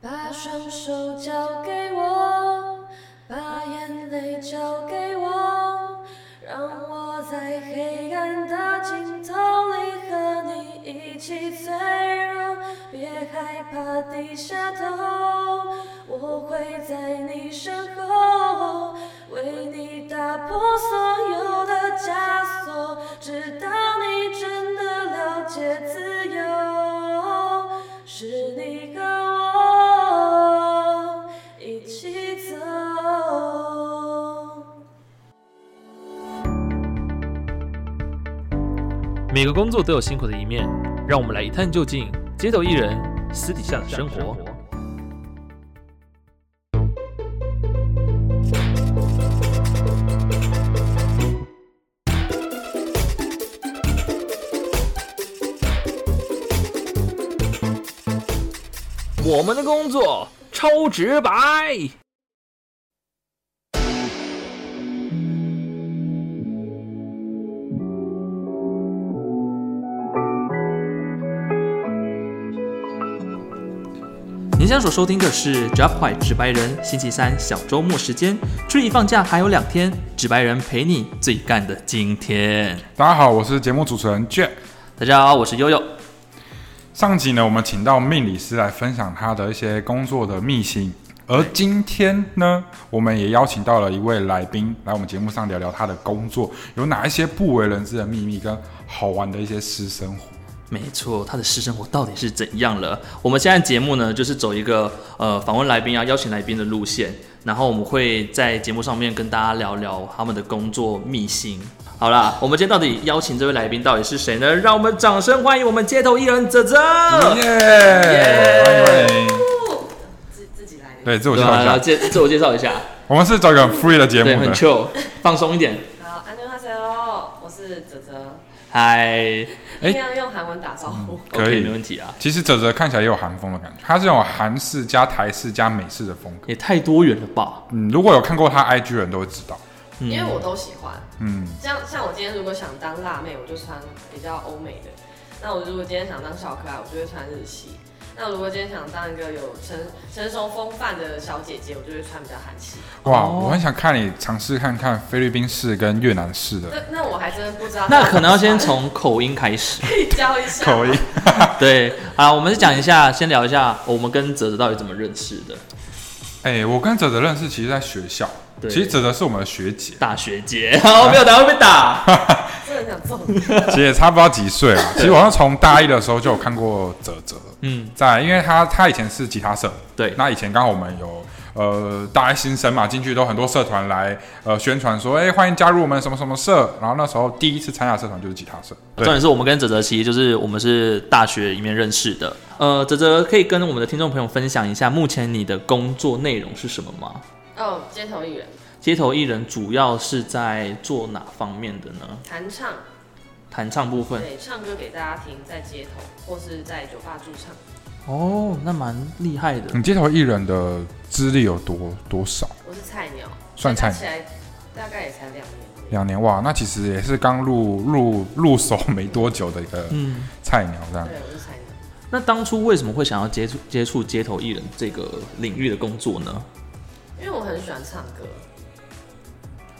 把双手交给我，把眼泪交给我，让我在黑暗的尽头里和你一起脆弱。别害怕低下头，我会在你身后，为你打破所有的枷锁，直到你真的了解自由。是你和我一起走。每个工作都有辛苦的一面，让我们来一探究竟。街头艺人私底下的生活。我们的工作超直白。您现在所收听的是《Job White 直白人》，星期三小周末时间，距离放假还有两天，直白人陪你最干的今天。大家好，我是节目主持人 Jack。大家好，我是悠悠。上集呢，我们请到命理师来分享他的一些工作的秘辛，而今天呢，我们也邀请到了一位来宾来我们节目上聊聊他的工作，有哪一些不为人知的秘密跟好玩的一些私生活。没错，他的私生活到底是怎样了？我们现在节目呢，就是走一个呃访问来宾啊，邀请来宾的路线，然后我们会在节目上面跟大家聊聊他们的工作秘辛。好啦，我们今天到底邀请这位来宾到底是谁呢？让我们掌声欢迎我们街头艺人泽泽。耶、哦耶欢迎欢迎自自己来的。对，自我介对绍啊，一然后下，介自我介绍一下，我们是找一个很 free 的节对，目很的。 chill，放松一点。好，安妞哈塞哦，我是泽泽，嗨哎一定要用韩文打招呼。可，OK，以没问题啊，其实哲哲看起来也有韩风的感觉，他是那种韩式加台式加美式的风格。也太多元了吧？嗯，如果有看过他 IG 的人都会知道。嗯因为我都喜欢，嗯，像像我今天如果想当辣妹，我就穿比较欧美的；那我如果今天想当小可爱，我就会穿日系；那如果今天想当一个有成成熟风范的小姐姐，我就会穿比较韩系。哇，哦我很想看你尝试看看菲律宾式跟越南式的那那我还真不知道。那可能要先从口音开始。可以教一下吗口 音。对啊，我们讲一下，先聊一下我们跟泽泽到底怎么认识的。哎、我跟哲哲认识，其实在学校。对，其实哲哲是我们的学姐 大学姐， 我没有打会被打。真的很想揍你。其实也差不多几岁啊。其实我好像从大一的时候就有看过哲哲，嗯，在因为他他以前是吉他社，对，那以前刚好我们有呃大一新生嘛，进去都很多社团来呃宣传说，哎、欢迎加入我们什么什么社。然后那时候第一次参加社团就是吉他社，重对，点是我们跟泽泽其实就是我们是大学里面认识的。呃，泽泽可以跟我们的听众朋友分享一下，目前你的工作内容是什么吗？哦，街头艺人，街头艺人主要是在做哪方面的呢？弹唱，弹唱部分。对，唱歌给大家听，在街头或是在酒吧驻唱。哦，那蛮厉害的。你街头艺人的资历有多多少？我是菜鸟，算菜加起来大概也才两年。两年哇，那其实也是刚入入入手没多久的一个嗯，菜鸟这样。对，我是菜鸟。那当初为什么会想要接触接触街头艺人这个领域的工作呢？因为我很喜欢唱歌，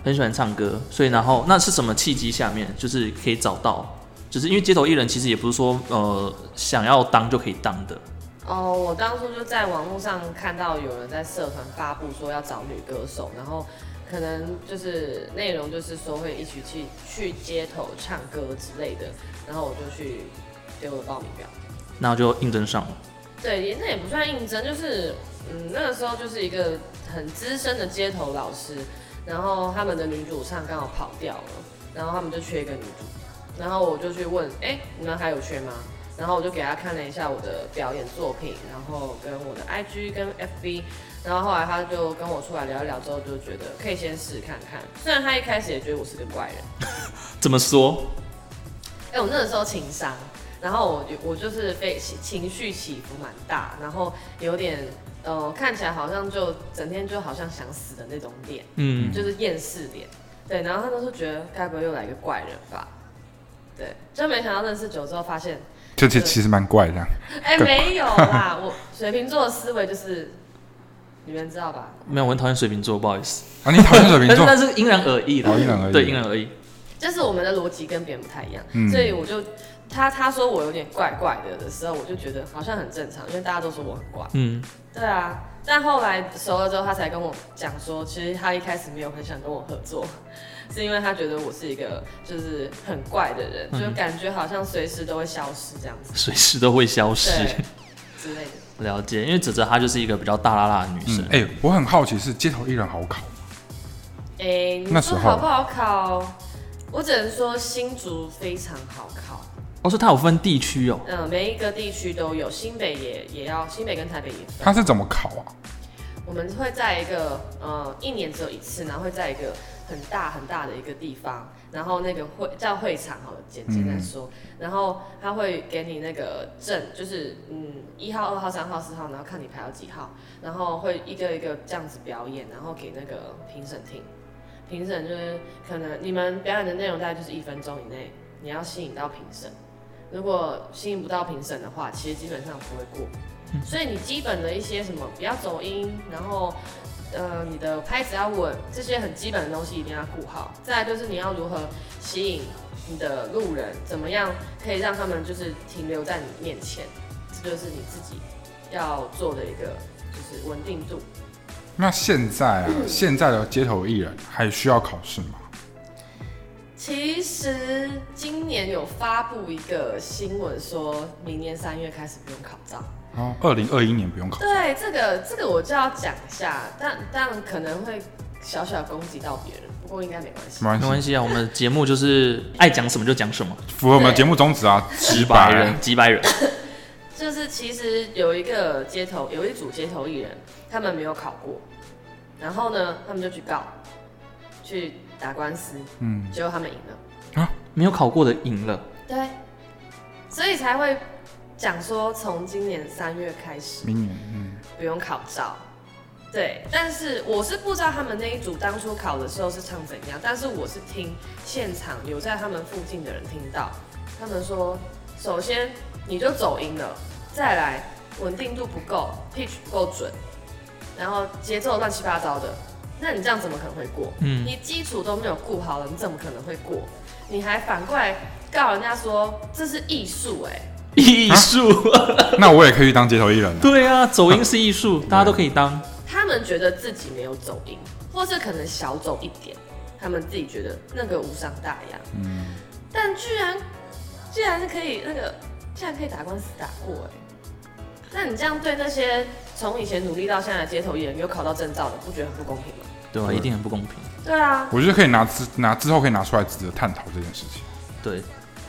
很喜欢唱歌，所以然后那是什么契机下面就是可以找到，就是因为街头艺人其实也不是说呃想要当就可以当的，哦，我当初就在网络上看到有人在社团发布说要找女歌手，然后可能就是内容就是说会一起去去街头唱歌之类的，然后我就去丢了报名表。那我就应征上了。对，也那也不算应征，就是嗯，那个时候就是一个很资深的街头老师，然后他们的女主唱刚好跑掉了，然后他们就缺一个女主，然后我就去问，哎、你们还有缺吗？然后我就给他看了一下我的表演作品，然后跟我的 IG 跟 FB，然后后来他就跟我出来聊一聊之后，就觉得可以先试看看。虽然他一开始也觉得我是个怪人，怎么说？哎、我那个时候情商，然后我我就是非情绪起伏蛮大，然后有点呃看起来好像就整天就好像想死的那种脸，嗯，就是厌世脸。对，然后他们都是觉得该不会又来一个怪人吧？对，就没想到认识久之后发现这其其实蛮怪的。哎、没有啦，我水瓶座的思维就是，你们知道吧？没有，我很讨厌水瓶座，不好意思。啊，你讨厌水瓶但是 座？但是因人而异的，哦因人而异对，因人而异。就是我们的逻辑跟别人不太一样，嗯所以我就他他说我有点怪怪的的时候，我就觉得好像很正常，因为大家都说我很怪。嗯，对啊，但后来熟了之后，他才跟我讲说，其实他一开始没有很想跟我合作，是因为他觉得我是一个就是很怪的人，嗯就感觉好像随时都会消失这样子，随时都会消失。对之类的。了解，因为泽泽她就是一个比较大拉拉的女嗯生，，哎、我很好奇是街头艺人好考吗，哎、那你时说候好不好考？我只能说新竹非常好考，哦，说她有分地区哦，嗯、每一个地区都有，新北也也要，新北跟台北也分。他是怎么考啊？我们会在一个呃一年只有一次，然后会在一个很大很大的一个地方，然后那个会叫会场好了，简简单说，然后他会给你那个证，就是嗯一号、二号、三号、四号，然后看你排到几号，然后会一个一个这样子表演，然后给那个评审听，评审就是可能你们表演的内容大概就是一分钟以内，你要吸引到评审。如果吸引不到评审的话，其实基本上不会过。所以你基本的一些什么，不要走音，然后，呃，你的拍子要稳，这些很基本的东西一定要顾好。再来就是你要如何吸引你的路人，怎么样可以让他们就是停留在你面前，这就是你自己要做的一个就是稳定度。那现在啊，现在的街头艺人还需要考试吗？其实今年有发布一个新闻，说明年三月开始不用考照。哦，二零二一年不用考。对，这个这个我就要讲一下，但但可能会小小攻击到别人，不过应该没关系没。关没系，关系啊，我们的节目就是爱讲什么就讲什么，符合我们节目宗旨啊，直几白百人，几百人，就是其实有一个街头有一组街头艺人，他们没有考过，然后呢，他们就去告，去打官司，嗯，结果他们赢了，没有考过的赢了。对，所以才会讲说从今年三月开始明年，嗯，不用考照。对，但是我是不知道他们那一组当初考的时候是唱怎样，但是我是听现场有在他们附近的人听到，他们说，首先你就走音了，再来稳定度不够，pitch 不够准，然后节奏乱七八糟的，那你这样怎么可能会过？嗯你基础都没有顾好了，你怎么可能会过？你还反过来告人家说这是艺术、哎，艺术，那我也可以去当街头艺人了。对啊，走音是艺术，大家都可以当。他们觉得自己没有走音，或是可能小走一点，他们自己觉得那个无伤大雅。嗯，但居然，居然是可以那个，居然可以打官司打过哎、那你这样对那些从以前努力到现在的街头艺人，有考到证照的，不觉得很不公平吗？对啊，对一定很不公平。对啊，我觉得可以拿之拿之后可以拿出来值得探讨这件事情。对，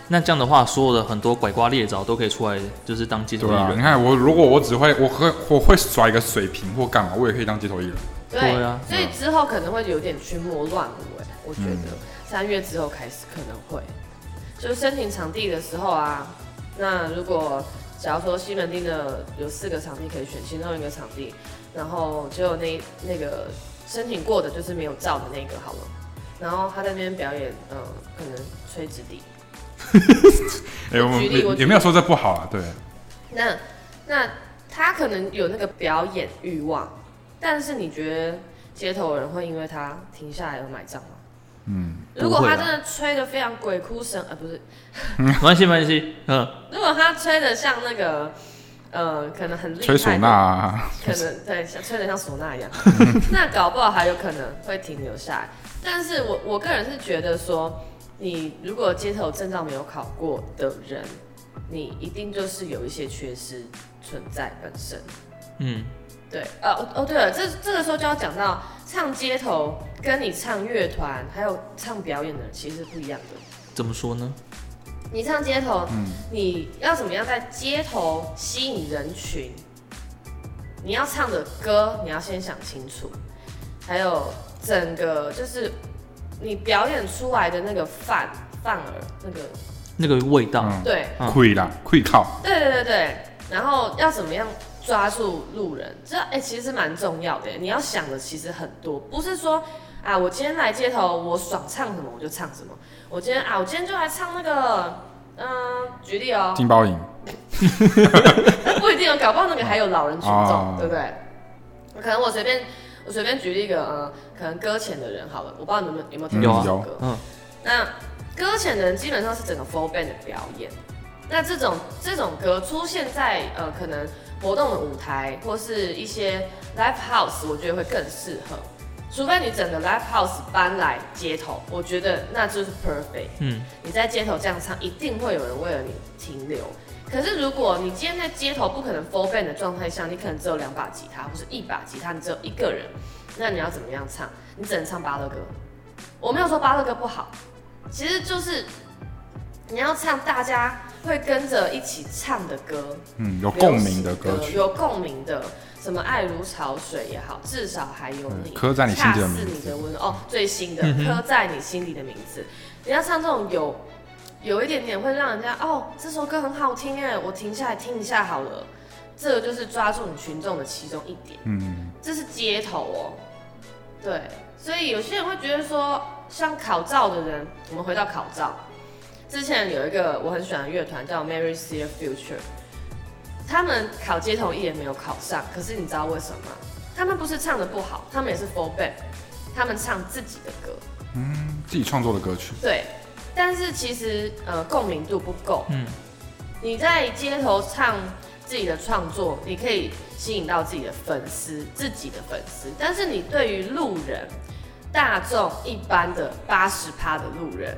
那这样的话，所有的很多拐瓜裂枣都可以出来，就是当街头对艺啊，你人。看我如果我只会我会我会甩一个水瓶或干嘛，我也可以当街头艺人。对对啊所以之后可能会有点群魔乱舞哎、我觉得三月之后开始可能会，就是申请场地的时候啊，那如果假如说西门町的有四个场地可以选，其中一个场地，然后只有那那个申请过的就是没有照的那个好了，然后他在那边表演，嗯、可能吹纸笛， 哎，我们举例我举也例也没有说这不好啊，对，那那他可能有那个表演欲望，但是你觉得街头人会因为他停下来而买账吗？嗯，如果他不会啦真的吹的非常鬼哭神，呃，不是，没关系，没关 系。嗯，如果他吹的像那个，呃，可能很厉害，吹唢呐，啊，可能对，像吹的像唢呐一 样，那搞不好还有可能会停留下来。但是我我个人是觉得说，你如果街头证照没有考过的人，你一定就是有一些缺失存在本身。嗯，对，呃，哦哦，对了，这这个时候就要讲到唱街头跟你唱乐团还有唱表演的人其实是不一样的。怎么说呢？你唱街头，嗯你要怎么样在街头吸引人群？你要唱的歌，你要先想清楚，还有整个就是你表演出来的那个范范儿，那个那个味道，嗯，对嗯溃啦，溃靠，对对对对，然后要怎么样抓住路人，这哎、其实蛮重要的耶，你要想的其实很多，不是说啊我今天来街头我爽唱什么我就唱什么，我今天啊我今天就来唱那个。嗯，举例哦，劲爆营不一定哦，搞不好那个还有老人群众，哦对不对？可能我随便我随便举例一个，嗯，可能搁浅的人好了，我不知道你们有没有听有过啊这首歌。嗯，那搁浅的人基本上是整个 full band 的表演。那这种这种歌出现在呃可能活动的舞台或是一些 live house，我觉得会更适合。除非你整个 live house 搬来街头，我觉得那就是 perfect。嗯，你在街头这样唱，一定会有人为了你停留。可是如果你今天在街头不可能 full band 的状态下，你可能只有两把吉他或是一把吉他，你只有一个人，那你要怎么样唱？你只能唱巴乐歌。我没有说巴乐歌不好，其实就是你要唱大家会跟着一起唱的歌，嗯，有共鸣的歌流行曲，有共鸣的，什么爱如潮水也好，至少还有你，嗯刻在你心底的恰名字似你的温柔哦，最新的、嗯哼刻在你心里的名字，你要唱这种有有一点点会让人家哦，这首歌很好听哎，我停下来听一下好了，这个就是抓住你群众的其中一点。嗯，这是街头哦。对，所以有些人会觉得说，像考照的人，我们回到考照，之前有一个我很喜欢的乐团叫 Mary See a Future，他们考街头艺也没有考上，可是你知道为什么吗？他们不是唱的不好，他们也是 full band，他们唱自己的歌，自己创作的歌曲，对，但是其实呃共鸣度不够，嗯，你在街头唱自己的创作，你可以吸引到自己的粉丝，自己的粉丝。但是你对于路人、大众一般的八十趴的路人，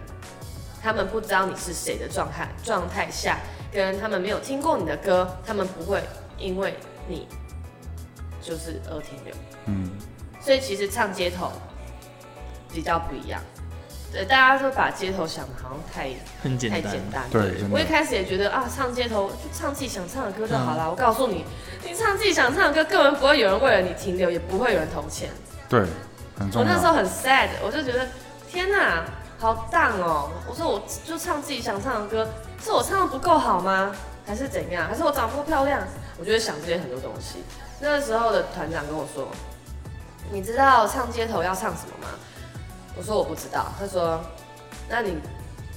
他们不知道你是谁的状态状态下，跟他们没有听过你的歌，他们不会因为你就是二停留。嗯，所以其实唱街头比较不一样。对，大家都把街头想的好像太很简太单简。单了。对，真我一的，开始也觉得啊，唱街头就唱自己想唱的歌就好啦。我告诉你，你唱自己想唱的歌，根本不会有人为了你停留，也不会有人投钱。对，很我重那时候要，很 sad，我就觉得天哪，好荡哦！我说我就唱自己想唱的歌，是我唱的不够好吗？还是怎样？还是我长得不够漂亮？我就会想这些很多东西。那时候的团长跟我说：“你知道唱街头要唱什么吗？”我说：“我不知道。”他说：“那你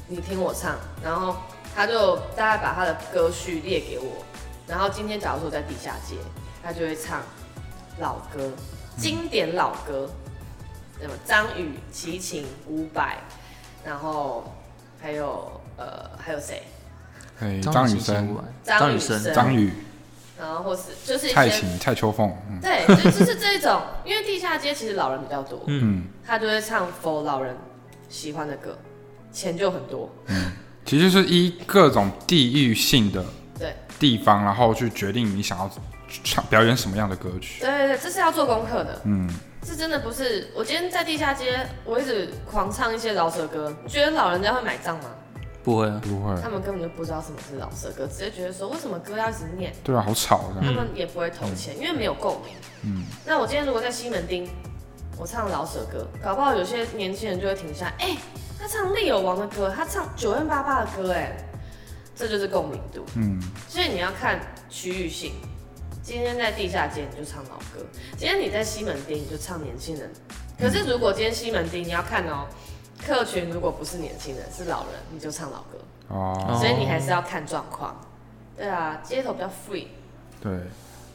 你听我唱。”然后他就大概把他的歌序列给我。然后今天假如说我在地下街，他就会唱老歌，经典老歌，那么张宇、齐秦、伍佰，然后还有呃还有谁？哎，张雨生，张张雨雨生生，张宇，然后或是就是一蔡些琴，蔡秋凤，嗯对，就就是这种，因为地下街其实老人比较多，嗯，嗯，他就会唱 for 老人喜欢的歌，钱就很多，其实是依各种地域性的对地方，然后去决定你想要唱表演什么样的歌曲，对对对，这是要做功课的，嗯，这真的不是我今天在地下街，我一直狂唱一些饶舌歌，你觉得老人家会买账嗯吗？不会啊，不会，他们根本就不知道什么是饶舌歌，直接觉得说为什么歌要一直念，对啊，好吵这他样，们也不会投钱，因为没有共鸣。嗯，那我今天如果在西门町，我唱老舍歌，搞不好有些年轻人就会停下来，哎、他唱力友王的歌，他唱九万八八的歌，哎，这就是共鸣度。嗯，所以你要看区域性。今天在地下街你就唱老歌，今天你在西门町你就唱年轻人。可是如果今天西门町你要看哦，客群如果不是年轻人是老人，你就唱老歌。哦，所以你还是要看状况。对啊，街头比较 free，对，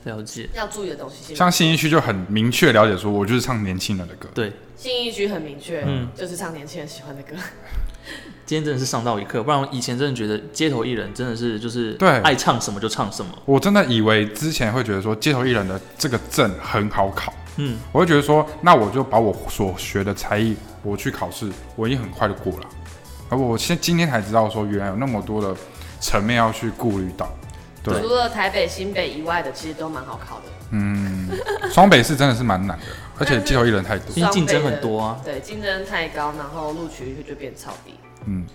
了解。要注意的东西是像信义区就很明确了解说，我就是唱年轻人的歌，对，信义区很明确，嗯就是唱年轻人喜欢的歌。今天真的是上到一课，不然我以前真的觉得街头艺人真的是就是对爱唱什么就唱什么。我真的以为之前会觉得说街头艺人的这个证很好考，嗯，我会觉得说，那我就把我所学的才艺，我去考试，我已经很快就过了。而我现今天才知道说，原来有那么多的层面要去顾虑到。对，除了台北、新北以外的，其实都蛮好考的，嗯，双北市真的是蛮难的，而且街头艺人太 多。因为竞争很多啊。对，竞争太高，然后录取率就变超低。嗯，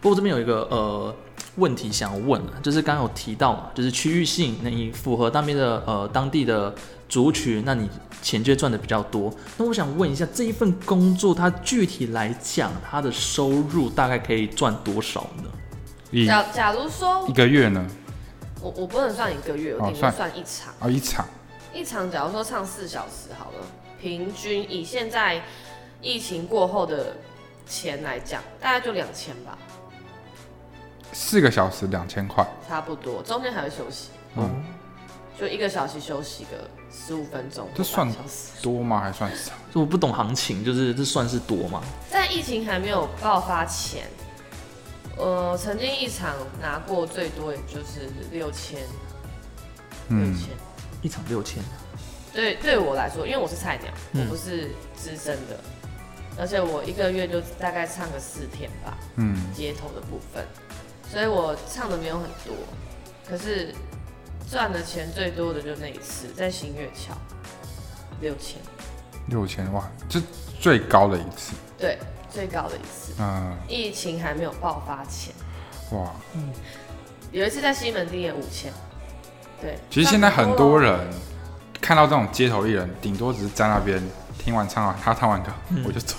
不过这边有一个呃问题想问啊，就是刚刚有提到嘛，就是区域性，那你符合当边的呃当地的族群，那你钱就会赚的比较多。那我想问一下，这一份工作它具体来讲，它的收入大概可以赚多少呢？一假假如说一个月呢，我我不能算一个月，我哦顶多算算一场，啊一场，一场假如说唱四小时好了，平均以现在疫情过后的钱来讲，大概就两千吧。四个小时两千块，差不多，中间还会休息，嗯，就一个小时休息个十五分钟，这算小时。多吗？还算少？就我不懂行情，就是这算是多吗？在疫情还没有爆发前，呃，曾经一场拿过最多也就是六千，六嗯，千。一场六千，对，对我来说，因为我是菜鸟，嗯我不是资深的，而且我一个月就大概唱个四天吧，嗯，街头的部分，所以我唱的没有很多，可是赚的钱最多的就那一次，在新月桥六千，六千哇，这最高的一次，对，最高的一次，嗯，疫情还没有爆发前，哇，有一次在西门町也五千，对，其实现在很多人人看到这种街头艺人，顶多只是在那边听完唱完，他唱完歌、嗯我就走，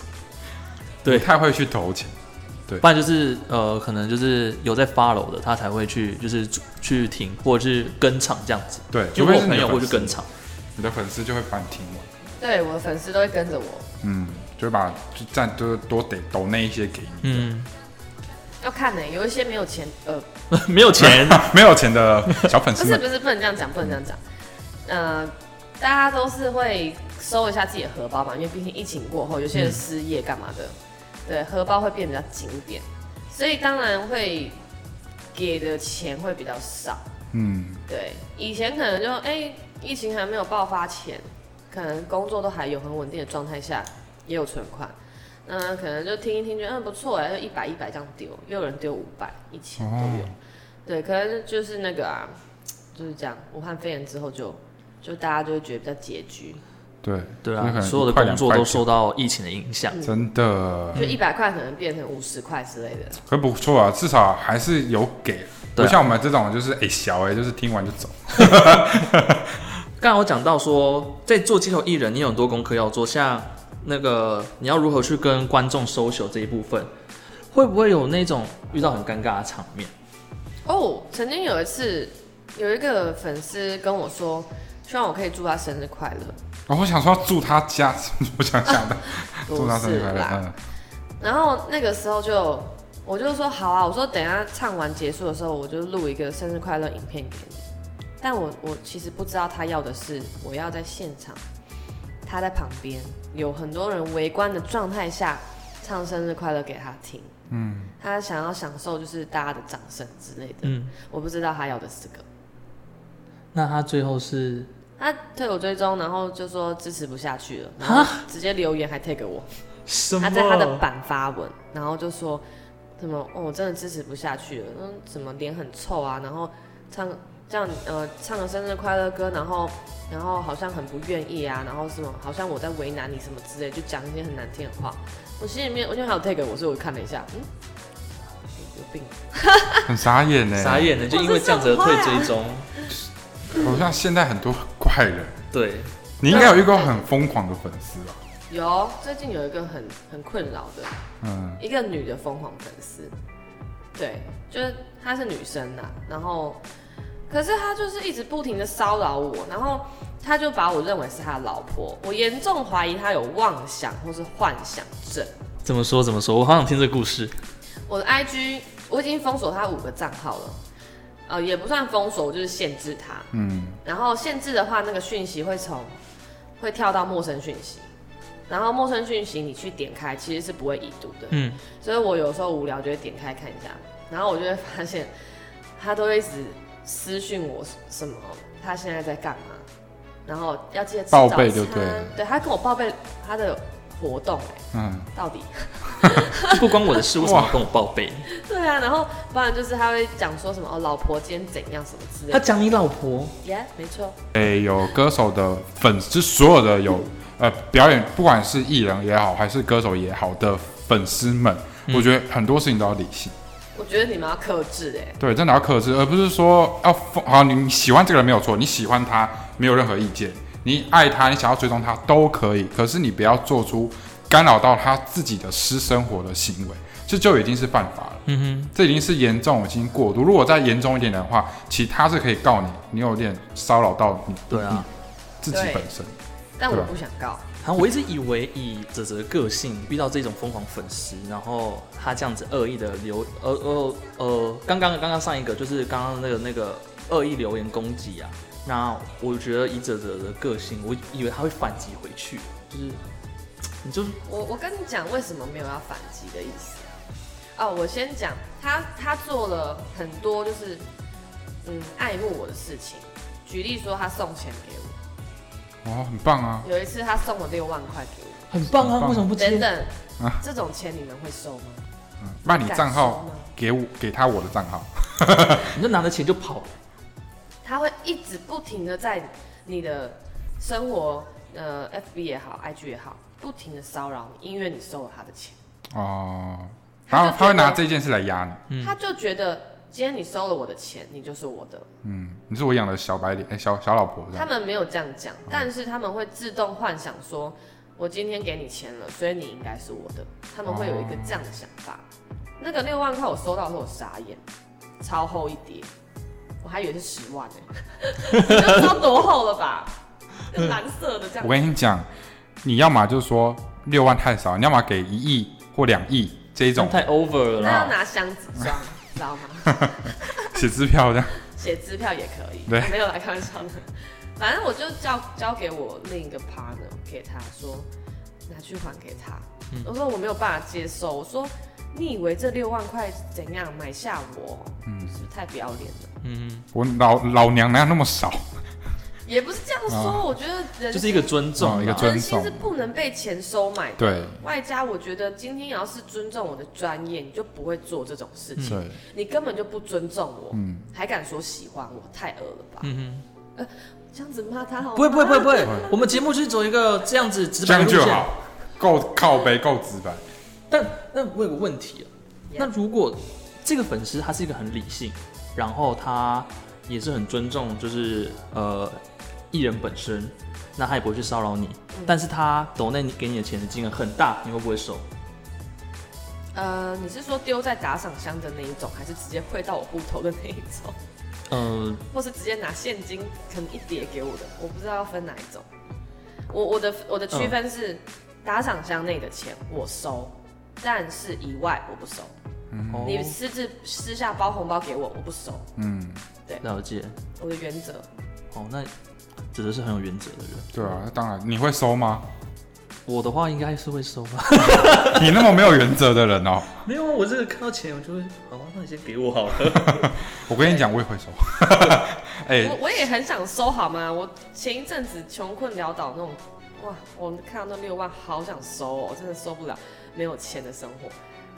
对不太会去投钱，不然就是呃，可能就是有在 follow 的，他才会去就是去停或者是跟场这样子。对，就除我非是朋你友的会去粉丝跟，场，你的粉丝就会把你听完，对我的粉丝都会跟着我，嗯，就会把就占多多得抖那一些给你，嗯，要看呢、有一些没有钱，呃， 没有钱， 没有钱的小粉不丝是 们，不是，不能这样讲，不能这样讲。呃，大家都是会收一下自己的荷包嘛，因为毕竟疫情过后，有些人失业干嘛的，对，荷包会变比较紧一点，所以当然会给的钱会比较少。嗯，对，以前可能就哎、疫情还没有爆发前，可能工作都还有很稳定的状态下，也有存款。那可能就听一听，觉得嗯不错哎，就一百一百这样丢，也有人丢五百、一千都有。哦对，可能就是那个啊，就是这样。武汉肺炎之后就就大家就会觉得比较拮据，对，对就是可啊，能所有一的块工两作块都钱受到疫情的影响。真的就一百块可能变成五十块之类的。可不错啊，至少还是有给，对啊不像我们这种就是哎、小哎、就是听完就走，刚刚我讲到说，在做街头艺人，你有很多功课要做，像那个你要如何去跟观众 social 这一部分，会不会有那种遇到很尴尬的场面？哦，曾经有一次有一个粉丝跟我说，希望我可以祝他生日快 乐。哦，我想说住他家， 我想想的，啊不住他生是日快乐，啦，嗯，然后那个时候就，我就说好啊，我说等一下唱完结束的时候，我就录一个生日快乐影片给你。但我我其实不知道他要的是我要在现场，他在旁边有很多人围观的状态下唱生日快乐给他听。嗯，他想要享受就是大家的掌声之类的。嗯，我不知道他要的是这个。那他最后是他退我追踪，然后就说支持不下去了，然后直接留言还 take 我。什他在他的版发文，然后就说什么哦，我真的支持不下去了，嗯，怎么脸很臭啊，然后唱这样呃唱个生日快乐歌，然后然后好像很不愿意啊，然后什么好像我在为难你什么之类，就讲一些很难听的话。我心里面，我就还有 take 我，所以我看了一下，嗯，有病。嗯很傻眼呢、哎傻眼了，就因为这样子而退追踪。好像现在很多怪人，对，你应该有遇过很疯狂的粉丝吧？有最近有一个很很困扰的，嗯，一个女的疯狂粉丝，对，就是她是女生呐、然后可是她就是一直不停的骚扰我，然后她就把我认为是她的老婆，我严重怀疑她有妄想或是幻想症。怎么说怎么说，我好想听这个故事。我的 IG 我已经封锁她五个账号了，呃，也不算封锁，我就是限制她。嗯，然后限制的话，那个讯息会从会跳到陌生讯息，然后陌生讯息你去点开其实是不会已读的。嗯，所以我有时候无聊就会点开看一下，然后我就会发现他都会一直私讯我什么，他现在在干嘛，然后要记得吃报早备就餐对了对他跟我报备他的活动、欸，嗯，到底 这不关我的事，为什么要跟我报备？对啊，然后不然就是他会讲说什么哦，老婆今天怎样什么之类他的，讲你老婆，耶、没错，诶、哎有歌手的粉丝，所有的有呃表演，不管是艺人也好，还是歌手也好的粉丝们，我觉得很多事情都要理性。我觉得你们要克制哎、对，真的要克制，而不是说要疯。好，你喜欢这个人没有错，你喜欢他没有任何意见，你爱他，你想要追踪他都可以，可是你不要做出干扰到他自己的私生活的行为，这就已经是犯法了。嗯这已经是严重，已经过度。如果再严重一点点的话，其实他是可以告你，你有点骚扰到你哼，对啊，自己本身。我但对啊我吧不想告。好，我一直以为以泽泽个性遇到这种疯狂粉丝，然后他这样子恶意的留，呃呃呃，刚刚刚刚上一个就是刚刚那个那个恶意留言攻击啊，那我觉得以泽泽的个性，我以为他会反击回去，就是嘖你就是我我跟你讲，为什么没有要反击的意思？哦，我先讲，他他做了很多就是嗯爱慕我的事情。举例说，他送钱给我，哦，很棒啊！有一次他送了六万块给我。很棒很啊，棒为什么不等接？等啊，这种钱你们会收吗？嗯把你敢账号收吗给我，给他我的账号。你就拿着钱就跑了，他会一直不停的在你的生活，呃，FB 也好，IG 也好，不停的骚扰你，因为你收了他的钱，哦，他然后就觉他会得拿这件事来压你。嗯他就觉得今天你收了我的钱，你就是我的。嗯，你是我养的小白脸，哎、小小老婆这他样。嗯们没有这样讲，但是他们会自动幻想说，我今天给你钱了，所以你应该是我的。他们会有一个这样的想法。哦那个六万块我收到的时候，我傻眼，超厚一叠，我还以为是十万呢、欸你就知道多厚了 吧？那蓝色的这样我。跟你讲，你要么就说六万太少，你要么给一亿或两亿这一这样种太 over 了那啦哦要。拿箱子装，知道吗？写支票这样。写支票也可以，对没有来开玩笑的。反正我就交交给我另一个 partner 给他说，拿去还给他。嗯我说我没有办法接受，我说你以为这六万块怎样买下我？嗯是不是太不要脸了？嗯，我老老娘哪有那么少？也不是这样说，我觉得人就是一个尊重哦啦，啊一个尊人心重是不能被钱收买的。对外加我觉得今天也要是尊重我的专业，你就不会做这种事嗯情，对，你根本就不尊重我，嗯，还敢说喜欢我，太恶了吧？呃嗯这样子骂他好吗哼，不会不会不会不会，我们节目就是走一个这样子直这白的样路就线好。，够靠背，够直白。但那我有个问题啊， Yeah. 那如果这个粉丝他是一个很理性，然后他也是很尊重，就是呃艺人本身，那他也不会去骚扰你，嗯但是他抖内你给你的钱的金额很大，你会不会收？呃，你是说丢在打赏箱的那一种，还是直接汇到我户头的那一种， 呃，或是直接拿现金可能一叠给我的？我不知道要分哪一种。我我的我的区分是，嗯打赏箱内的钱我收，但是以外我不收。哦你私自私下包红包给我，我不收。嗯，了解我的原则，哦，那指的是很有原则的人。对啊，那当然你会收吗？我的话应该是会收吧，你那么没有原则的人哦， 没有啊，我这个看到钱我就会，好啊，那你先给我好了。我跟你讲，我也会 收。哎、我我也很想收好吗？我前一阵子穷困潦倒那种，哇，我看到那六万好想收哦，我真的受不了没有钱的生活。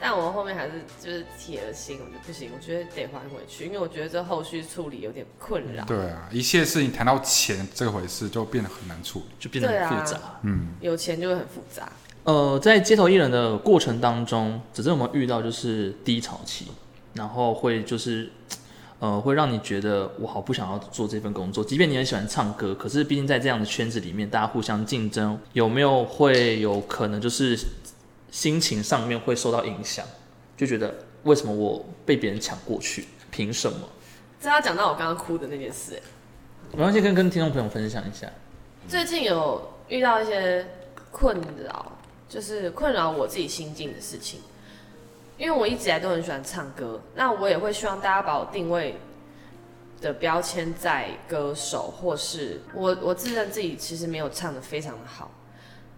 但我后面还是就是铁了心，我就不行，我觉得得还回去，因为我觉得这后续处理有点困扰。对啊，一切事情谈到钱这回事，就变得很难处理。就变得很复杂对。啊嗯，有钱就会很复杂。呃，在街头艺人的过程当中，只是我们遇到就是低潮期，然后会就是，呃，会让你觉得我好不想要做这份工作。即便你很喜欢唱歌，可是毕竟在这样的圈子里面，大家互相竞争，有没有会有可能就是心情上面会受到影响，就觉得为什么我被别人抢过去，凭什么？这要讲到我刚刚哭的那件事、欸我要先跟跟听众朋友分享一下，最近有遇到一些困扰，就是困扰我自己心境的事情，因为我一直以来都很喜欢唱歌，那我也会希望大家把我定位的标签在歌手，或是我我自认自己其实没有唱的非常的好，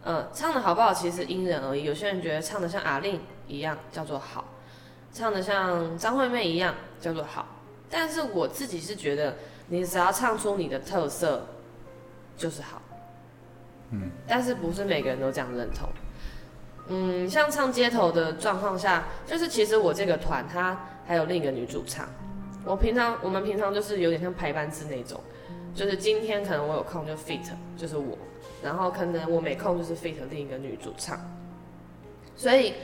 呃，唱的好不好其实因人而异，有些人觉得唱的像阿令一样叫做好，唱的像张惠妹一样叫做好，但是我自己是觉得你只要唱出你的特色，就是好。嗯，但是不是每个人都这样认同。嗯，像唱街头的状况下，就是其实我这个团它还有另一个女主唱，我平常我们平常就是有点像排班制那种，就是今天可能我有空就 fit 就是我，然后可能我没空就是 fit 另一个女主唱，所以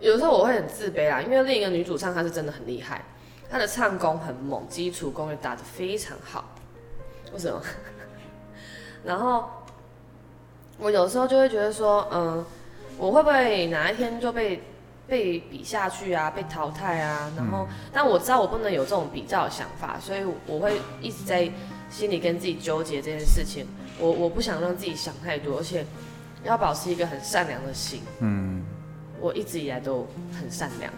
有时候我会很自卑啊啦，因为另一个女主唱她是真的很厉害，她的唱功很猛，基础功也打得非常好，为什么？然后我有时候就会觉得说，嗯，我会不会哪一天就被被比下去啊，被淘汰啊？然后，但我知道我不能有这种比较的想法，所以我会一直在心里跟自己纠结这件事情。我我不想让自己想太多，而且要保持一个很善良的心。嗯，我一直以来都很善良，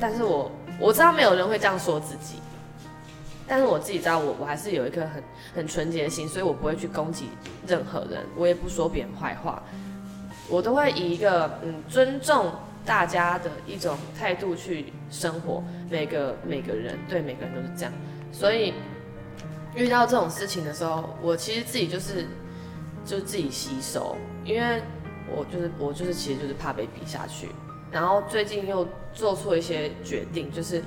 但是我我知道没有人会这样说自己，但是我自己知道我我还是有一颗很很纯洁的心，所以我不会去攻击任何人，我也不说别人坏话，我都会以一个嗯尊重大家的一种态度去生活，每个每个人对每个人都是这样，所以遇到这种事情的时候，我其实自己就是就自己吸收，因为。我就是我就是其实就是怕被比下去，然后最近又做错一些决定，就是，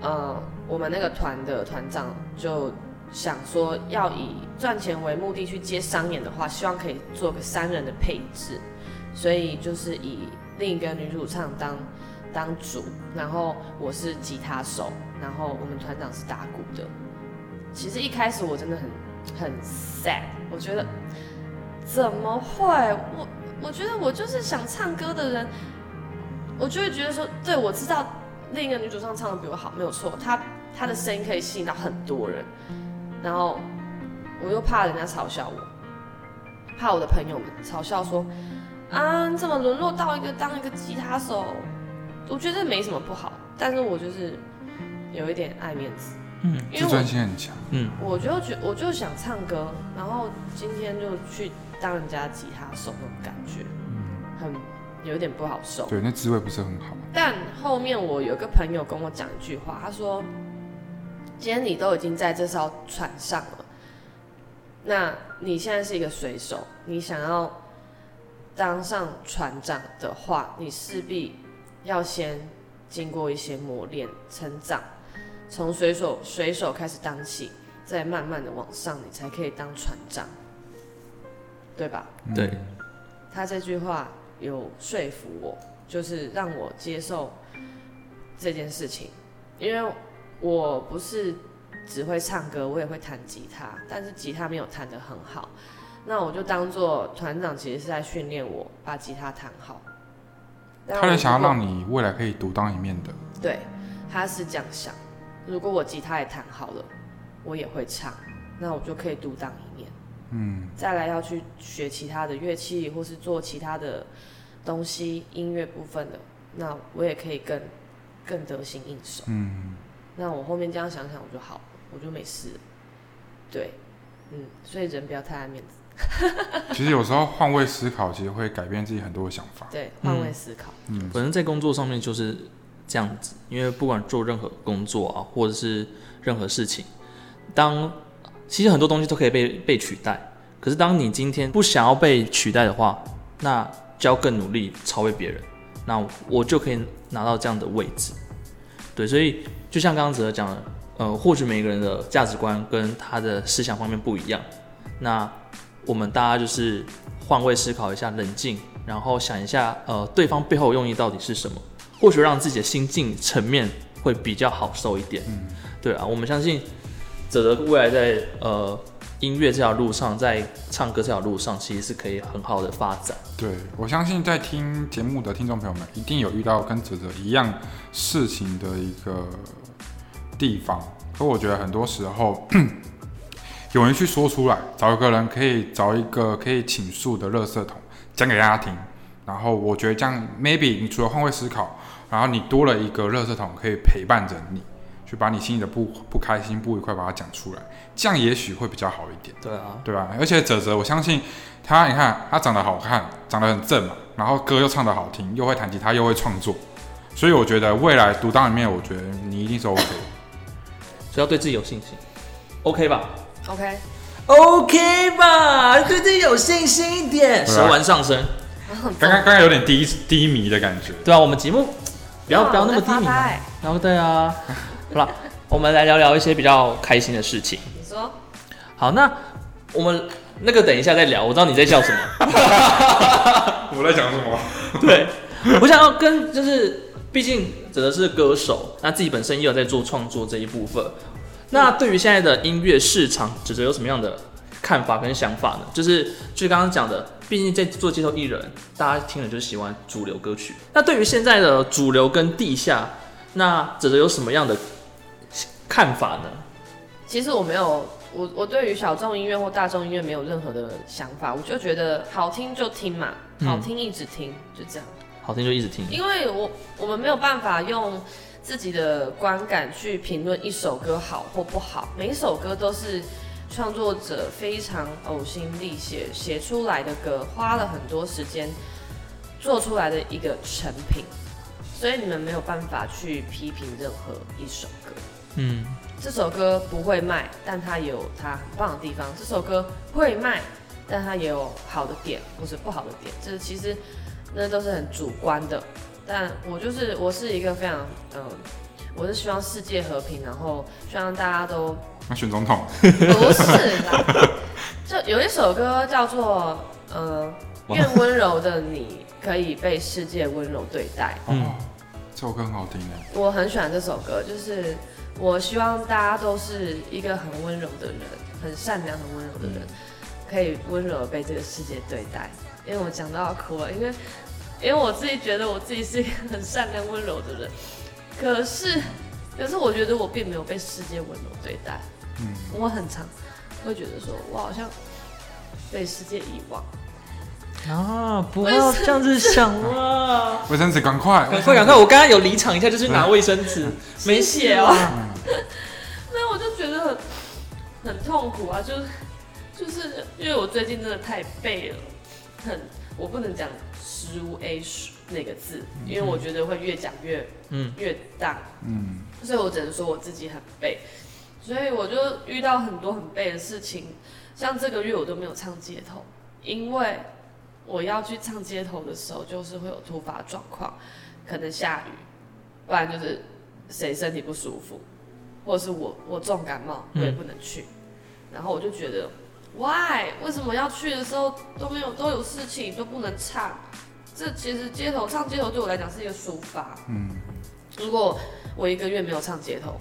呃，我们那个团的团长就想说要以赚钱为目的去接商演的话，希望可以做个三人的配置，所以就是以另一个女主唱当当主，然后我是吉他手，然后我们团长是打鼓的。其实一开始我真的很很 sad，我觉得怎么会？我我觉得我就是想唱歌的人，我就会觉得说，对我知道另一个女主唱唱的比我好，没有错，她她的声音可以吸引到很多人，然后我又怕人家嘲笑我，怕我的朋友们嘲笑说，啊，你怎么沦落到一个当一个吉他手？我觉得没什么不好，但是我就是有一点爱面子，嗯，因为自我尊心很强。嗯，我就觉我就想唱歌，然后今天就去当人家吉他手那种感觉，很有点不好受。对，那滋味不是很好。但后面我有个朋友跟我讲一句话，他说：“今天你都已经在这艘船上了，那你现在是一个水手，你想要当上船长的话，你势必要先经过一些磨练、成长，从水手水手开始当起，再慢慢的往上，你才可以当船长，对吧？”对，他这句话啊有说服我，就是让我接受这件事情，因为我不是只会唱歌，我也会弹吉他，但是吉他没有弹得很好，那我就当做团长其实是在训练我把吉他弹好。但啊他我也如想要果让你未来可以独当一面的。对，他是这样想：如果我吉他也弹好了，我也会唱，那我就可以独当一面。嗯，再来要去学其他的乐器，或是做其他的东西，音乐部分的，那我也可以更更得心应手。嗯，那我后面这样想想，我就好了，我就没事了。对，嗯，所以人不要太爱面子，其实有时候换位思考，其实会改变自己很多的想法。对，嗯换位思考。嗯，反正在工作上面就是这样子，因为不管做任何工作啊，或者是任何事情，当其实很多东西都可以被被取代，可是当你今天不想要被取代的话，那就要更努力超越别人，那我就可以拿到这样的位置。对，所以就像刚刚哲讲的，呃，或许每个人的价值观跟他的思想方面不一样，那我们大家就是换位思考一下，冷静，然后想一下，呃，对方背后的用意到底是什么？或许让自己的心境层面会比较好受一点。嗯，对啊，我们相信哲哲未来在呃音乐这条路上，在唱歌这条路上，其实是可以很好的发展。对，我相信在听节目的听众朋友们，一定有遇到跟哲哲一样事情的一个地方。可我觉得很多时候， 有人去说出来，找一个人可以找一个可以倾诉的垃圾桶，讲给大家听。然后我觉得这样，maybe 你除了换位思考，然后你多了一个垃圾桶可以陪伴着你，去把你心里的不不开心、不愉快把它讲出来，这样也许会比较好一点。对啊，对吧？而且哲哲，我相信他，你看他长得好看，长得很正嘛，然后歌又唱得好听，又会弹吉他，又会创作，所以我觉得未来独当一面，我觉得你一定是 OK 的。 所以要对自己有信心，OK 吧 OK， ？OK 吧，对自己有信心一点，对手啊腕上升。刚刚刚刚有点低低迷的感觉，对啊，我们节目不要哇不要那么我低在迷发嘛呆。然后对啊， 好了，我们来聊聊一些比较开心的事情。你说好，那我们那个等一下再聊。我知道你在笑什么。我在讲什么？ 对，我想要跟就是，毕竟指的是歌手，那自己本身也有在做创作这一部分。那对于现在的音乐市场，指责有什么样的看法跟想法呢？就是就刚刚讲的，毕竟在做街头艺人，大家听了就喜欢主流歌曲。那对于现在的主流跟地下，那指责有什么样的看法呢？其实我没有，我我对于小众音乐或大众音乐没有任何的想法，我就觉得好听就听嘛，嗯好听一直听，就这样。好听就一直听。因为我我们没有办法用自己的观感去评论一首歌好或不好，每一首歌都是创作者非常呕心沥血写出来的歌，花了很多时间做出来的一个成品，所以你们没有办法去批评任何一首歌。嗯，这首歌不会卖，但它有它很棒的地方；这首歌会卖，但它也有好的点或者不好的点。这其实那都是很主观的。但我就是我是一个非常嗯，我是希望世界和平，然后希望大家都那选总统，不是啦。就有一首歌叫做呃，愿温柔的你可以被世界温柔对待。嗯哦，这首歌很好听诶，我很喜欢这首歌，就是我希望大家都是一个很温柔的人，很善良、很温柔的人，嗯可以温柔地被这个世界对待。因为我讲到要哭了，因为 因为我自己觉得我自己是一个很善良、温柔的人，可是可是我觉得我并没有被世界温柔对待，嗯，我很常会觉得说我好像被世界遗忘。啊，不要这样子想啊啦。卫生纸赶快，赶 快赶快！我刚刚有离场一下，就去拿卫生纸，没写哦。那我就觉得很很痛苦啊，就是就是因为我最近真的太背了，很我不能讲十五 A 那个字，因为我觉得会越讲越嗯越荡，嗯，所以我只能说我自己很背，所以我就遇到很多很背的事情，像这个月我都没有唱街头，因为我要去唱街头的时候，就是会有突发状况，可能下雨，不然就是谁身体不舒服，或者是我我重感冒，我嗯也不能去，然后我就觉得，why 为什么要去的时候都没有都有事情都不能唱？这其实街头唱街头对我来讲是一个抒发，嗯，如果我一个月没有唱街头，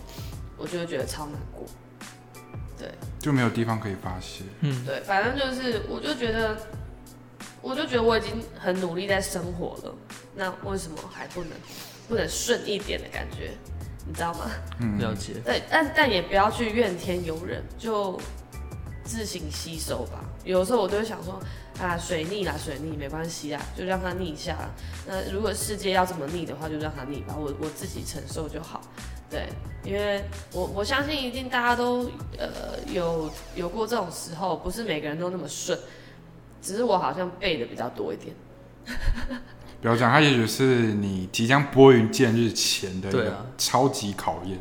我就会觉得超难过。就没有地方可以发泄，嗯对，反正就是，我就觉得，我就觉得我已经很努力在生活了，那为什么还不能不能顺一点的感觉？你知道吗？嗯，了解。对，但但也不要去怨天尤人，就自行吸收吧。有的时候我都会想说，啊，水逆啦，水逆没关系啦，就让它逆一下啦。那如果世界要这么逆的话，就让它逆吧，我我自己承受就好。对，因为我我相信一定大家都呃有有过这种时候，不是每个人都那么顺，只是我好像背的比较多一点。不要讲，它也许是你即将拨云见日前的一对个啊超级考验。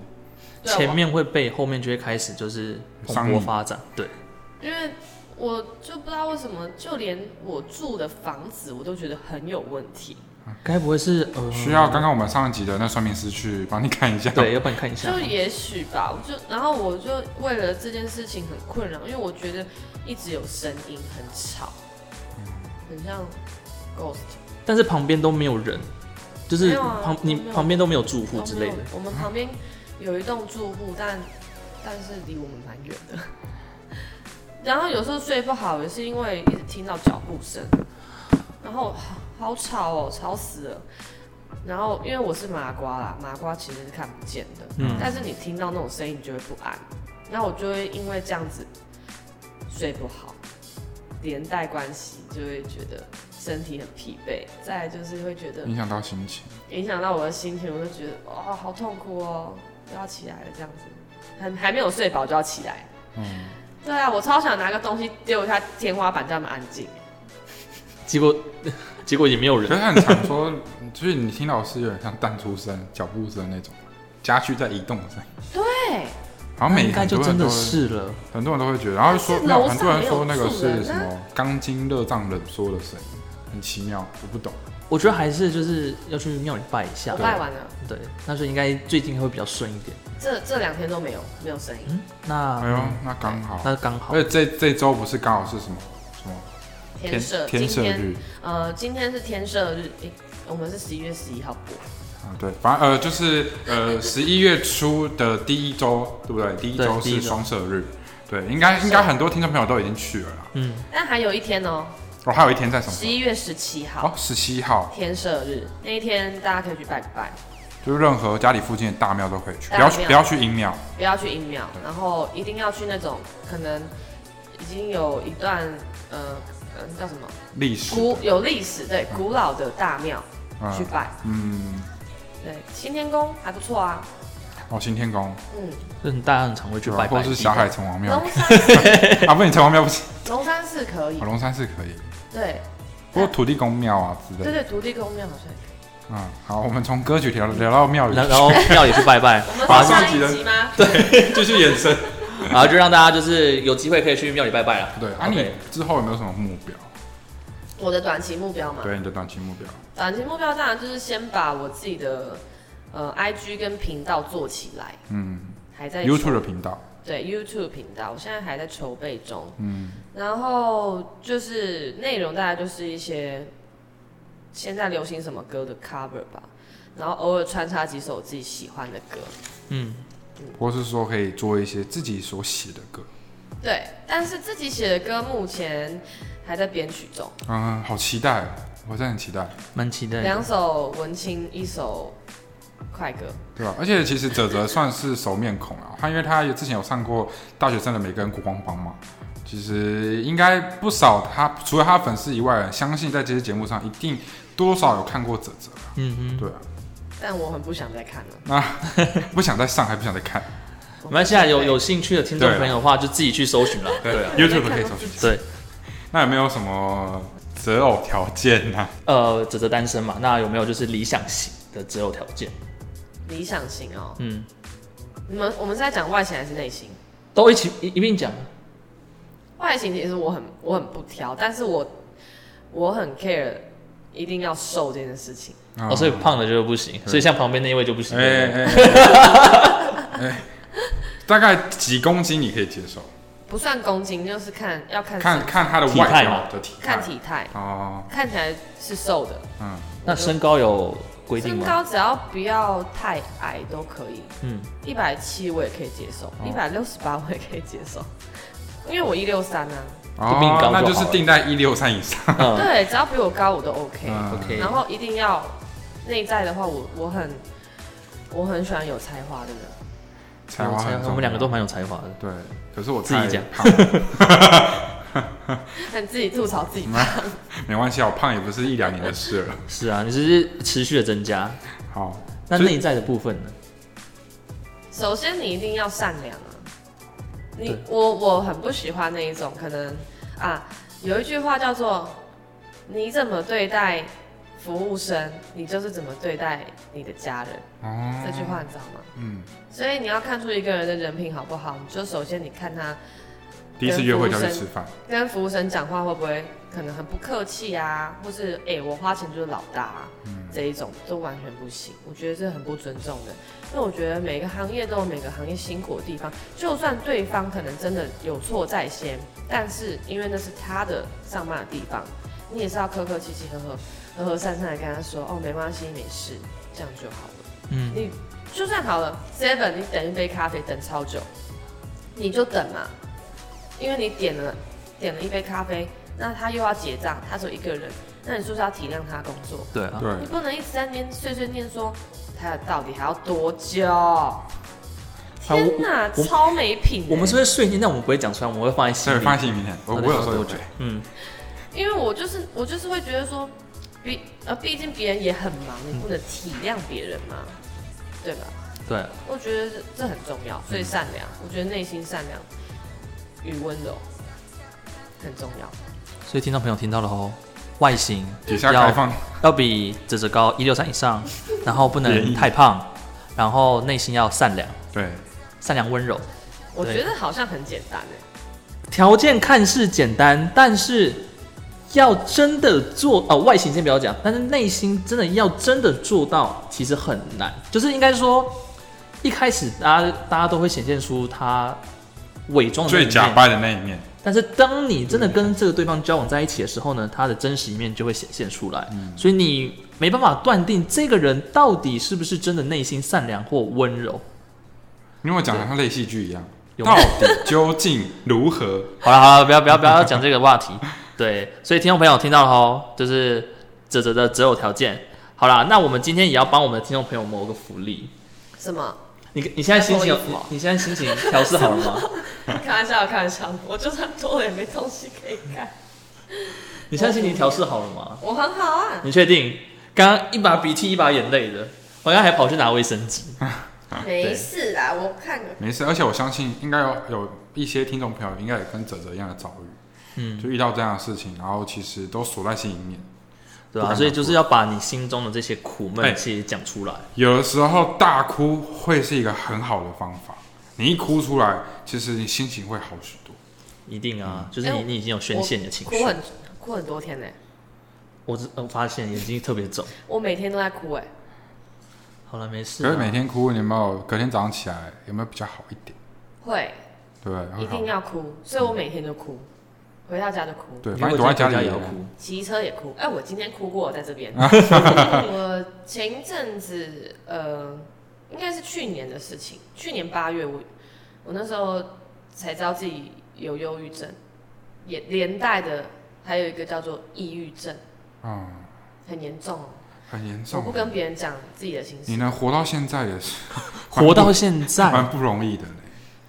对啊前面会背，后面就会开始就是蓬商业勃发展。对，因为我就不知道为什么，就连我住的房子我都觉得很有问题。该不会是呃需要刚刚我们上一集的那算命师去帮你看一下。对，要不然看一下就。也许吧，我就然后我就为了这件事情很困扰，因为我觉得一直有声音很吵，很像 ghost 但是旁边都没有人，就是没有啊旁你都没有旁边都没有住户哦之没类有的。我们旁边有一栋住户，但但是离我们蛮远的。 然后有时候睡不好也是因为一直听到脚步声，然后好好吵哦，吵死了。然后因为我是麻瓜啦，麻瓜其实是看不见的，嗯但是你听到那种声音，你就会不安。那我就会因为这样子睡不好，连带关系就会觉得身体很疲惫，再来就是会觉得影响到心情，影响到我的心情，我就觉得哇、好痛苦哦，又要起来了这样子，还还没有睡饱就要起来。嗯，对啊，我超想拿个东西丢一下天花板，这么安静。结果 结果也没有 可是人。他很常说，就是你听到是有点像弹出声、脚步声那种，家具在移动的声音。对，好像每应该很就多人真都的会是了，很多人都会觉得，然后就说但是那楼很多人说上那没有个住人是啊什么钢筋热胀冷缩的声音，很奇妙，我不懂。我觉得还是就是要去庙里拜一下我。拜完了，对，那就应该最近会比较顺一点。这这两天都没有没有声音。嗯，那哎呦，那刚好，那刚好而且这这周不是刚好是什么什么天赦，天今赦天日呃，今天是天赦日，诶我们是十一月十一号播。啊？对，反正呃就是呃十一月初的第一周，对不对？第一对周第一是周双色日，对，应该应该很多听众朋友都已经去了啦。嗯，但还有一天哦，哦，还有一天在什么十时一月十七候？哦号，十七号。天赦日那一天，大家可以去拜拜。就是任何家里附近的大庙都可以去，大不要庙去不要去阴庙，不要去阴庙，然后一定要去那种可能已经有一段呃呃叫什么历史古有历史对古老的大庙去嗯拜。嗯，对，新天宫还不错啊，哦，行天宫，嗯，就是大家很常会去对拜吧？或拜是地霞海城隍庙龙山寺啊，不，你城隍庙不行，龙山寺可以哦，龙山寺可以，对不过土地公庙啊之类对的。对，土地公庙好像也可以。嗯，好，我们从歌曲聊聊到庙宇，然然 后庙也去拜拜， 我们法是是上级的一集吗？继续延伸。然后就让大家就是有机会可以去庙里拜拜了。对，啊，你 OK 之后有没有什么目标？我的短期目标嘛，对，你的短期目标。短期目标当然就是先把我自己的呃 IG 跟频道做起来，嗯还在筹，YouTube 的频道，对 YouTube 频道，我现在还在筹备中。嗯，然后就是内容大概就是一些现在流行什么歌的 cover 吧，然后偶尔穿插几首自己喜欢的歌。嗯，或是说可以做一些自己所写的歌。对，但是自己写的歌目前还在编曲中，嗯，好期待哦，我真的很期待，蛮期待的。两首文青，一首快歌。对吧？而且其实哲哲算是熟面孔啊，他因为他也之前有上过大学生的每个人国光帮嘛，其实应该不少他除了他粉丝以外，相信在这些节目上一定多少有看过哲哲啊，嗯对啊，但我很不想再看了。不想再上，还不想再看，哼，没关系啊，有有兴趣的听众朋友的话，就自己去搜寻了。对啊， ，YouTube 可以搜寻。对，那有没有什么择偶条件啊呢、呃，泽泽单身嘛，那有没有就是理想型的择偶条件？理想型哦，嗯，你们我们是在讲外形还是内形？都一起一一并讲。啊外形其实我很我很不挑，但是我我很 care 一定要瘦这件事情。啊哦，所以胖的就不行，所以像旁边那一位就不行。嗯对哎不对哎哎哎，大概几公斤你可以接受？不算公斤，就是看要看看身看他的体外态表嘛的体态，看体态，哦，看起来是瘦的。嗯，那身高有规定身吗？高只要不要太矮都可以，嗯，哦一百七我也可以接受，一百六十八我也可以接受，因为我一六三啊。就比你哦高，那就就是好了定在一六三以上。嗯对，只要比我高我都 OK。嗯，OK。然后一定要内在的话，我我很我很喜欢有才华的人。才有华才很华重要我们两个都蛮有才华的。对，可是我自己太讲胖 了，那 你自己吐槽自己吧。没关系啊，我胖也不是一两年的事了。是啊，你只是持续的增加。好，那所以内在的部分呢？首先你一定要善良啊。你对我我很不喜欢那一种可能啊，有一句话叫做“你怎么对待服务生，你就是怎么对待你的家人”哦，这句话你知道吗？嗯，所以你要看出一个人的人品好不好，你就首先你看他第一次约会就要去吃饭，跟服务生讲话会不会可能很不客气啊，或是哎、我花钱就是老大、啊，这一种都完全不行，我觉得这很不尊重的。因为我觉得每个行业都有每个行业辛苦的地方，就算对方可能真的有错在先，但是因为那是他的上班的地方，你也是要客客气气、和和和和善善的跟他说，哦，没关系，没事，这样就好了。嗯，你就算好了，seven，你等一杯咖啡等超久，你就等嘛，因为你点了点了一杯咖啡，那他又要结账，他只有一个人，那你是不是要体谅他工作？对啊，对你，不能一直在那边碎碎念说他到底还要多久？天哪，啊我超没品的、我们是会碎念，但我们不会讲出来，我们会放在心所以里。放心，明天我到我底要有时候多有久对，？嗯，因为我就是我就是会觉得说，毕呃毕竟别人也很忙，你不能体谅别人嘛，对吧？对，我觉得这这很重要，嗯所以善良，我觉得内心善良与温柔很重要。所以听众朋友听到了哦，外形底下开放，要比泽泽高一六三以上，然后不 便能宜太胖，然后内心要善良，对，善良温柔。我对觉得好像很简单哎，条件看似简单，但是要真的做呃，外形先不要讲，但是内心真的要真的做到，其实很难。就是应该说，一开始大家大家都会显现出他伪装的那一最面假掰的那一面，但是当你真的跟这个对方交往在一起的时候呢，他的真实一面就会显现出来。所以你没办法断定这个人到底是不是真的内心善良或温柔。因为我讲的像类戏剧一样，有到底究竟如何？好了好了，不要不要不要讲这 个话题。对，所以听众朋友听到了吼，就是泽泽的择偶条件。好啦，那我们今天也要帮我们的听众朋友谋个福利。什么？你你现在心情要脱衣服哦，你现在心情调试好了 吗？开玩笑，开玩笑，我就算脱了也没东西可以看。你现在心情调试好了吗？我很好啊，你确定？刚刚一把鼻涕一把眼泪的，我刚刚还跑去拿卫生纸。啊没事啦，我看个没事，而且我相信应该有有一些听众朋友应该也跟泽泽一样的遭遇，嗯，就遇到这样的事情，然后其实都锁在心里面。对不敢吧、拿所以就是要把你心中的这些苦哎闷其实讲出来。有的时候大哭会是一个很好的方法，你一哭出来，其实你心情会好许多。一定嗯啊，就是哎你我你已经有宣泄你的情绪哭。很哭很多天呢、我只我发现眼睛特别肿。我每天都在哭哎、好了，没事可啊。是每天哭，你有没有隔天早上起来有没有比较好一点？会对不对，一定会好。要哭，所以我每天都哭，回到家就哭，对，你反正如躲果在在家家啊里啊也要哭。骑车也哭。哎、我今天哭过，在这边。 我前阵子呃，应该是去年的事情，去年八月我我那时候才知道自己有忧郁症，也连带的还有一个叫做抑郁症，嗯，很严重哦。很严我重。不跟别人讲自己的心你情。能活到现在也是蛮不，活到现在，蛮不容易的嘞。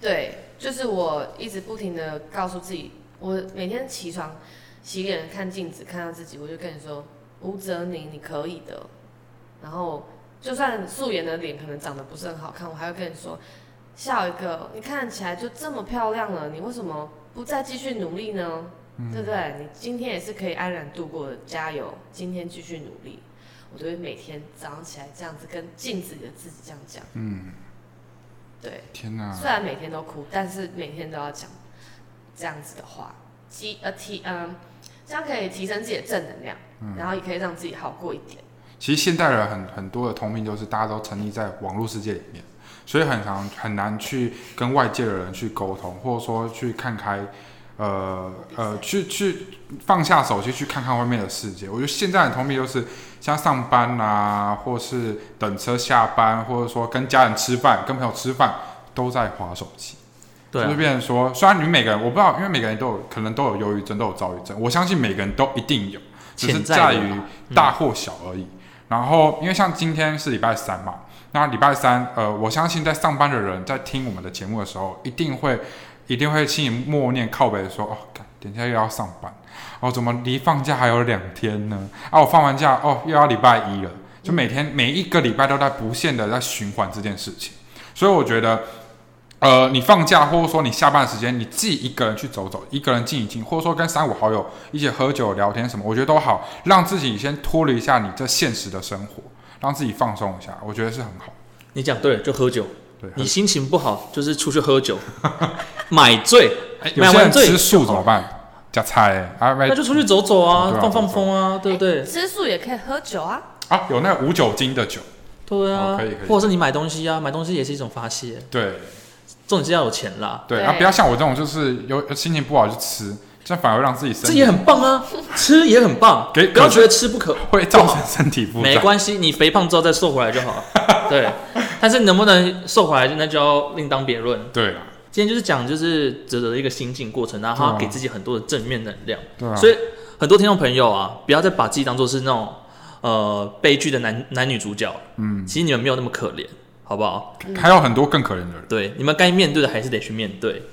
对，就是我一直不停的告诉自己，我每天起床洗脸看镜子，看到自己，我就跟你说，吴泽宁，你可以的。然后就算素颜的脸可能长得不是很好看，我还会跟你说，笑一个，你看起来就这么漂亮了，你为什么不再继续努力呢？对不对？你今天也是可以安然度过的，加油！今天继续努力。我都会每天早上起来这样子跟镜子里的自己这样讲，嗯，对。天哪，虽然每天都哭，但是每天都要讲这样子的话，提呃提嗯、这样可以提升自己的正能量，然后也可以让自己好过一点。其实现代人很很多的通病就是大家都沉溺在网络世界里面，所以很常很难去跟外界的人去沟通，或者说去看开，呃呃，去去放下手机去看看外面的世界。我觉得现在的通病就是像上班啊，或是等车下班，或者说跟家人吃饭、跟朋友吃饭，都在划手机。对、就是啊，变成说，虽然你们每个人我不知道，因为每个人都有可能都有忧郁症，都有躁郁症，我相信每个人都一定有，只是潜在在的嗯于嘛大或小而已。然后，因为像今天是礼拜三嘛，那礼拜三，呃，我相信在上班的人在听我们的节目的时候，一定会一定会心里默念靠北说，哦，干等一下又要上班，哦，怎么离放假还有两天呢？啊，我放完假，哦，又要礼拜一了，就每天每一个礼拜都在不限的在循环这件事情。所以我觉得，呃，你放假或者说你下班的时间，你自己一个人去走走，一个人静一静，或者说跟三五好友一起喝酒聊天什么，我觉得都好，让自己先脱离一下你这现实的生活，让自己放松一下，我觉得是很好。你讲对了，就喝酒。对，你心情不好，就是出去喝 酒，买醉，哎有买些人完醉吃素怎么办？加菜啊，买那就出去走走啊，对啊放放风啊，对不对？吃素也可以喝酒啊，啊，有那个无酒精的酒，对啊哦可以可，以或者是你买东西啊，买东西也是一种发泄，对重点是要有钱啦，对对啊，不要像我这种就是有心情不好就吃，这样反而让自己身这体也很棒啊，吃也很棒，给不要可是觉得吃不可会造成身体负没担。关系，你肥胖之后再瘦回来就 好。对，但是能不能瘦回来，那就要另当别论。对啊，今天就是讲就是哲哲的一个心境过程，然后对啊他给自己很多的正面能量。对啊，所以很多听众朋友啊，不要再把自己当做是那种呃悲剧的男男女主角，嗯，其实你们没有那么可怜，好不好？还有很多更可怜的人。对，你们该面对的还是得去面对。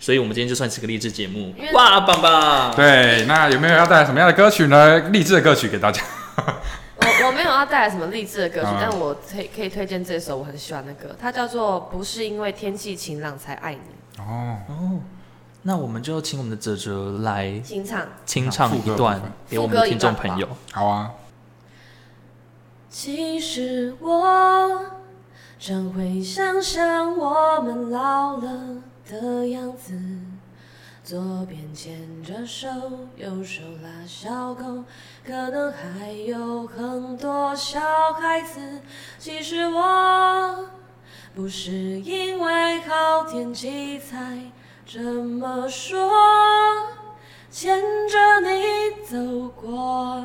所以我们今天就算是个励志节目因为，哇，棒棒！对，那有没有要带来什么样的歌曲呢？励志的歌曲给大家。我我没有要带来什么励志的歌曲，嗯但我可以可以推荐这首我很喜欢的歌，它叫做《不是因为天气晴朗才爱你哦，哦，那我们就请我们的哲哲来》，清唱。清啊唱一段给我们的听众朋友。好啊，其实我常会想象我们老了的样子，左边牵着手，右手拉小狗，可能还有很多小孩子。其实我不是因为好天气才这么说，牵着你走过。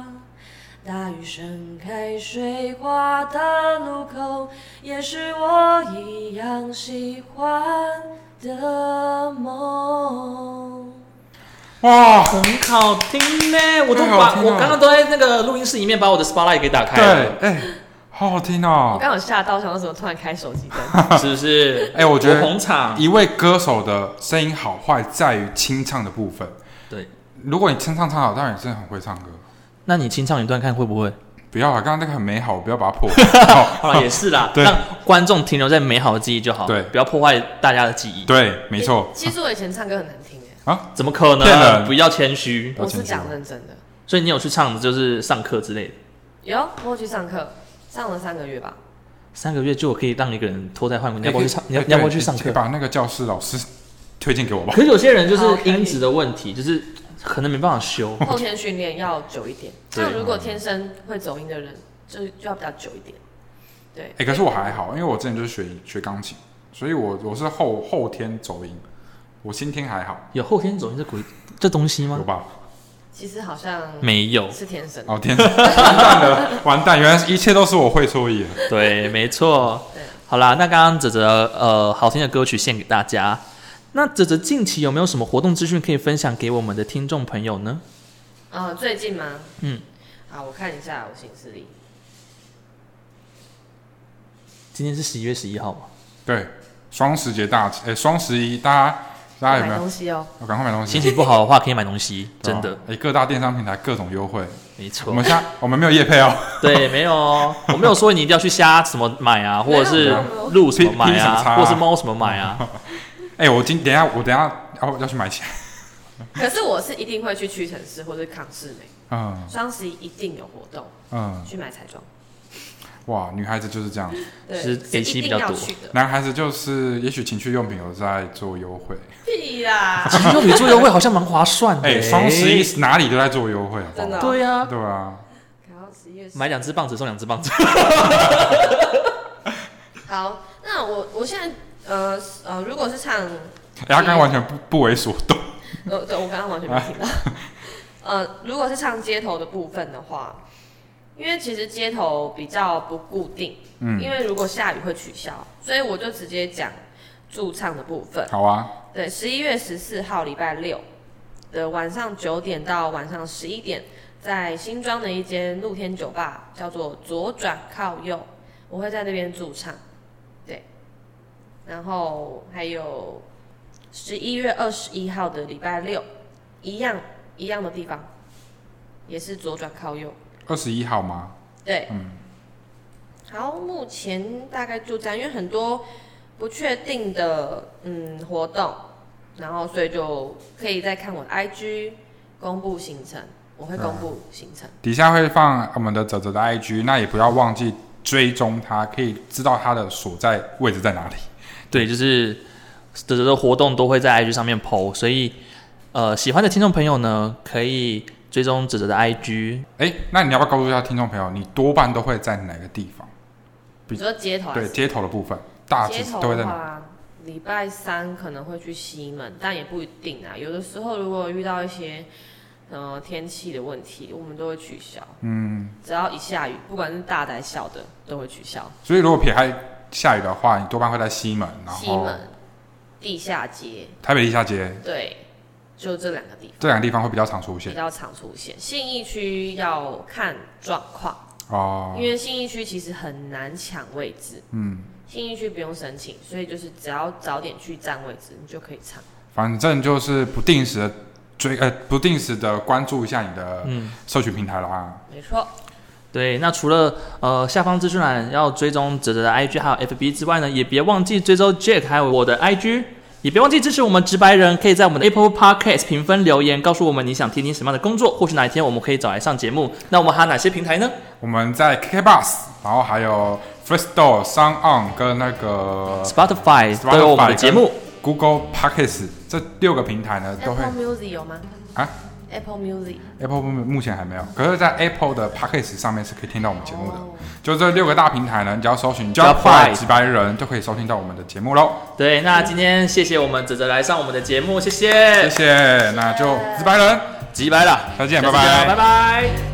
大雨盛开水花的路口，也是我一样喜欢的梦。哇，很好听呢，我都太好把听了我刚刚都在那个录音室里面把我的 spotlight 给打开对，了，哎、好好听我哦、刚好吓到，想说怎么突然开 手机灯？是不是？ 哎我觉得捧场，一位歌手的声音好坏在于清唱的部分。对，如果你清唱唱好，当然你真的很会唱歌。那你清唱一段看会不 会？不要啊，刚刚那个很美好，不要把它破坏。好好了，也是啦，对让观众停留在美好的记忆就好，对不要破坏大家的记忆。对，没错。其实我以前唱歌很难听哎，怎么可骗人能？不要谦虚。我是讲认真的。所以你有去唱，就是上课之类的，有，我去上课，上了三个月吧。三个月就可以让一个人脱胎换骨。你要不要去唱？你要哎你要不要去上对课？把那个教室老师推荐给我吧。可是有些人就是好可以音质的问题，就是可能没办法修。后天训练要久一点，对像如果天生会走音的人，就就要比较久一点。对哎、，可是我还好，因为我之前就是学学钢琴，所以我我是后后天走音，我先天还好，有后天走音这鬼这东西有吗？吧？其实好像没有，是天嗯生的。嗯哦天， 完蛋了，完蛋，原来是一切都是我会错意了。 对，没错对。好啦，那刚刚泽泽呃好听的歌曲献给大家。那泽泽近期有没有什么活动资讯可以分享给我们的听众朋友呢？呃，最近吗？嗯，好，我看一下我行事历。今天是十一月十一号嘛？对，双十节大，哎、双十一大家大家有买没有？东西哦，我赶快买东西心，情不好的话可以买 东西，真的哎、，诶各大电商平台各种优惠，没错。我们现在我们没有夜配哦， 对，没有哦，我没有说你一定要去虾什么买 啊，或者没是有没有鹿什么买拼什么叉啊，啊或是猫什么买 啊。哎、我今等一下我等一下要要去买起来，可是我是一定会去屈臣氏或者康士美， 嗯双十一一定有活动，嗯，去买彩妆。哇，女孩子就是这样，对，是一 A7 定比较要多去的。男孩子就是也许情趣用品有在做优惠，屁 啦，其实用你做优惠好像蛮划算的哎、欸。双十一哪里都在做优惠，好不好真的哦对啊，对啊，然后十一月十买两只棒子送两只棒子。好，那我我现在呃呃，如果是唱哎他刚刚完全不不为所动。呃，对我刚刚完全没 听到。呃，如果是唱街头的部分的话，因为其实街头比较不固定，因嗯，为如果下雨会取消，所以我就直接讲驻唱的部分。好啊，对，十一月十四号礼拜六的晚上九点到晚上十一点，在新庄的一间露天酒吧叫做左转靠右，我会在那边驻唱。对，然后还有十一月二十一号的礼拜六，一样一样的地方，也是左转靠右。二十一号吗？对，嗯好，目前大概就这样，因为很多不确定的嗯活动，然后所以就可以再看我的 IG 公布行程，我嗯会公布行程。底下会放我们的泽泽的 IG，那也不要忘记追踪他，可以知道他的所在位置在哪里。对，就是的的活动都会在 IG 上面 PO，所以呃，喜欢的听众朋友呢，可以追踪哲哲的 IG。哎、那你要不要告诉一下听众朋友，你多半都会在哪个地方？比如说街头还对，是，街头的部分，大街致头都会在的哪？话，礼拜三可能会去西门，但也不一定啊。有的时候如果遇到一些呃天气的问题，我们都会取消。嗯，只要一下雨，不管是大的还是小的，都会取消。所以如果撇开下雨的话，你多半会在西门，然西后门、地下街，台北地下街对，就这两个地方这两个地方会比较常出比现较常出现。信义区要看状况，哦因。为信义区其实很难抢位置，嗯，信义区不用申请，所以就是只要早点去占位置，你就可以唱。反正就是不定时的追，呃，不定时的关注一下你的嗯，社群平台啦。没错，对。那除了呃下方资讯栏要追踪哲哲的 IG 还有 FB 之外呢，也别忘记追踪 Jack 还有我的 IG。也别忘记支持我们直白人，可以在我们的 Apple Podcast 评分留言，告诉我们你想听听什么样的工作，或许哪一天我们可以找来上节目。那我们还有哪些平台呢？我们在 KK Bus，然后还有 First Door、s o n On 跟那个 Spotify 都有我们的节目。 Google Podcasts 这六个平台呢，都会 Apple Music 有吗？啊，Apple Music Apple 目前还没有，可是，在 Apple 的 Podcasts 上面是可以听到我们节目的。哦就这六个大平台呢，你只要搜寻“交交派派直白人”，就可以收听到我们的节目喽。对，那今天谢谢我们泽泽来上我们的节目，谢谢谢，谢，那就直白人。几百了，再见下次啊拜拜见拜拜。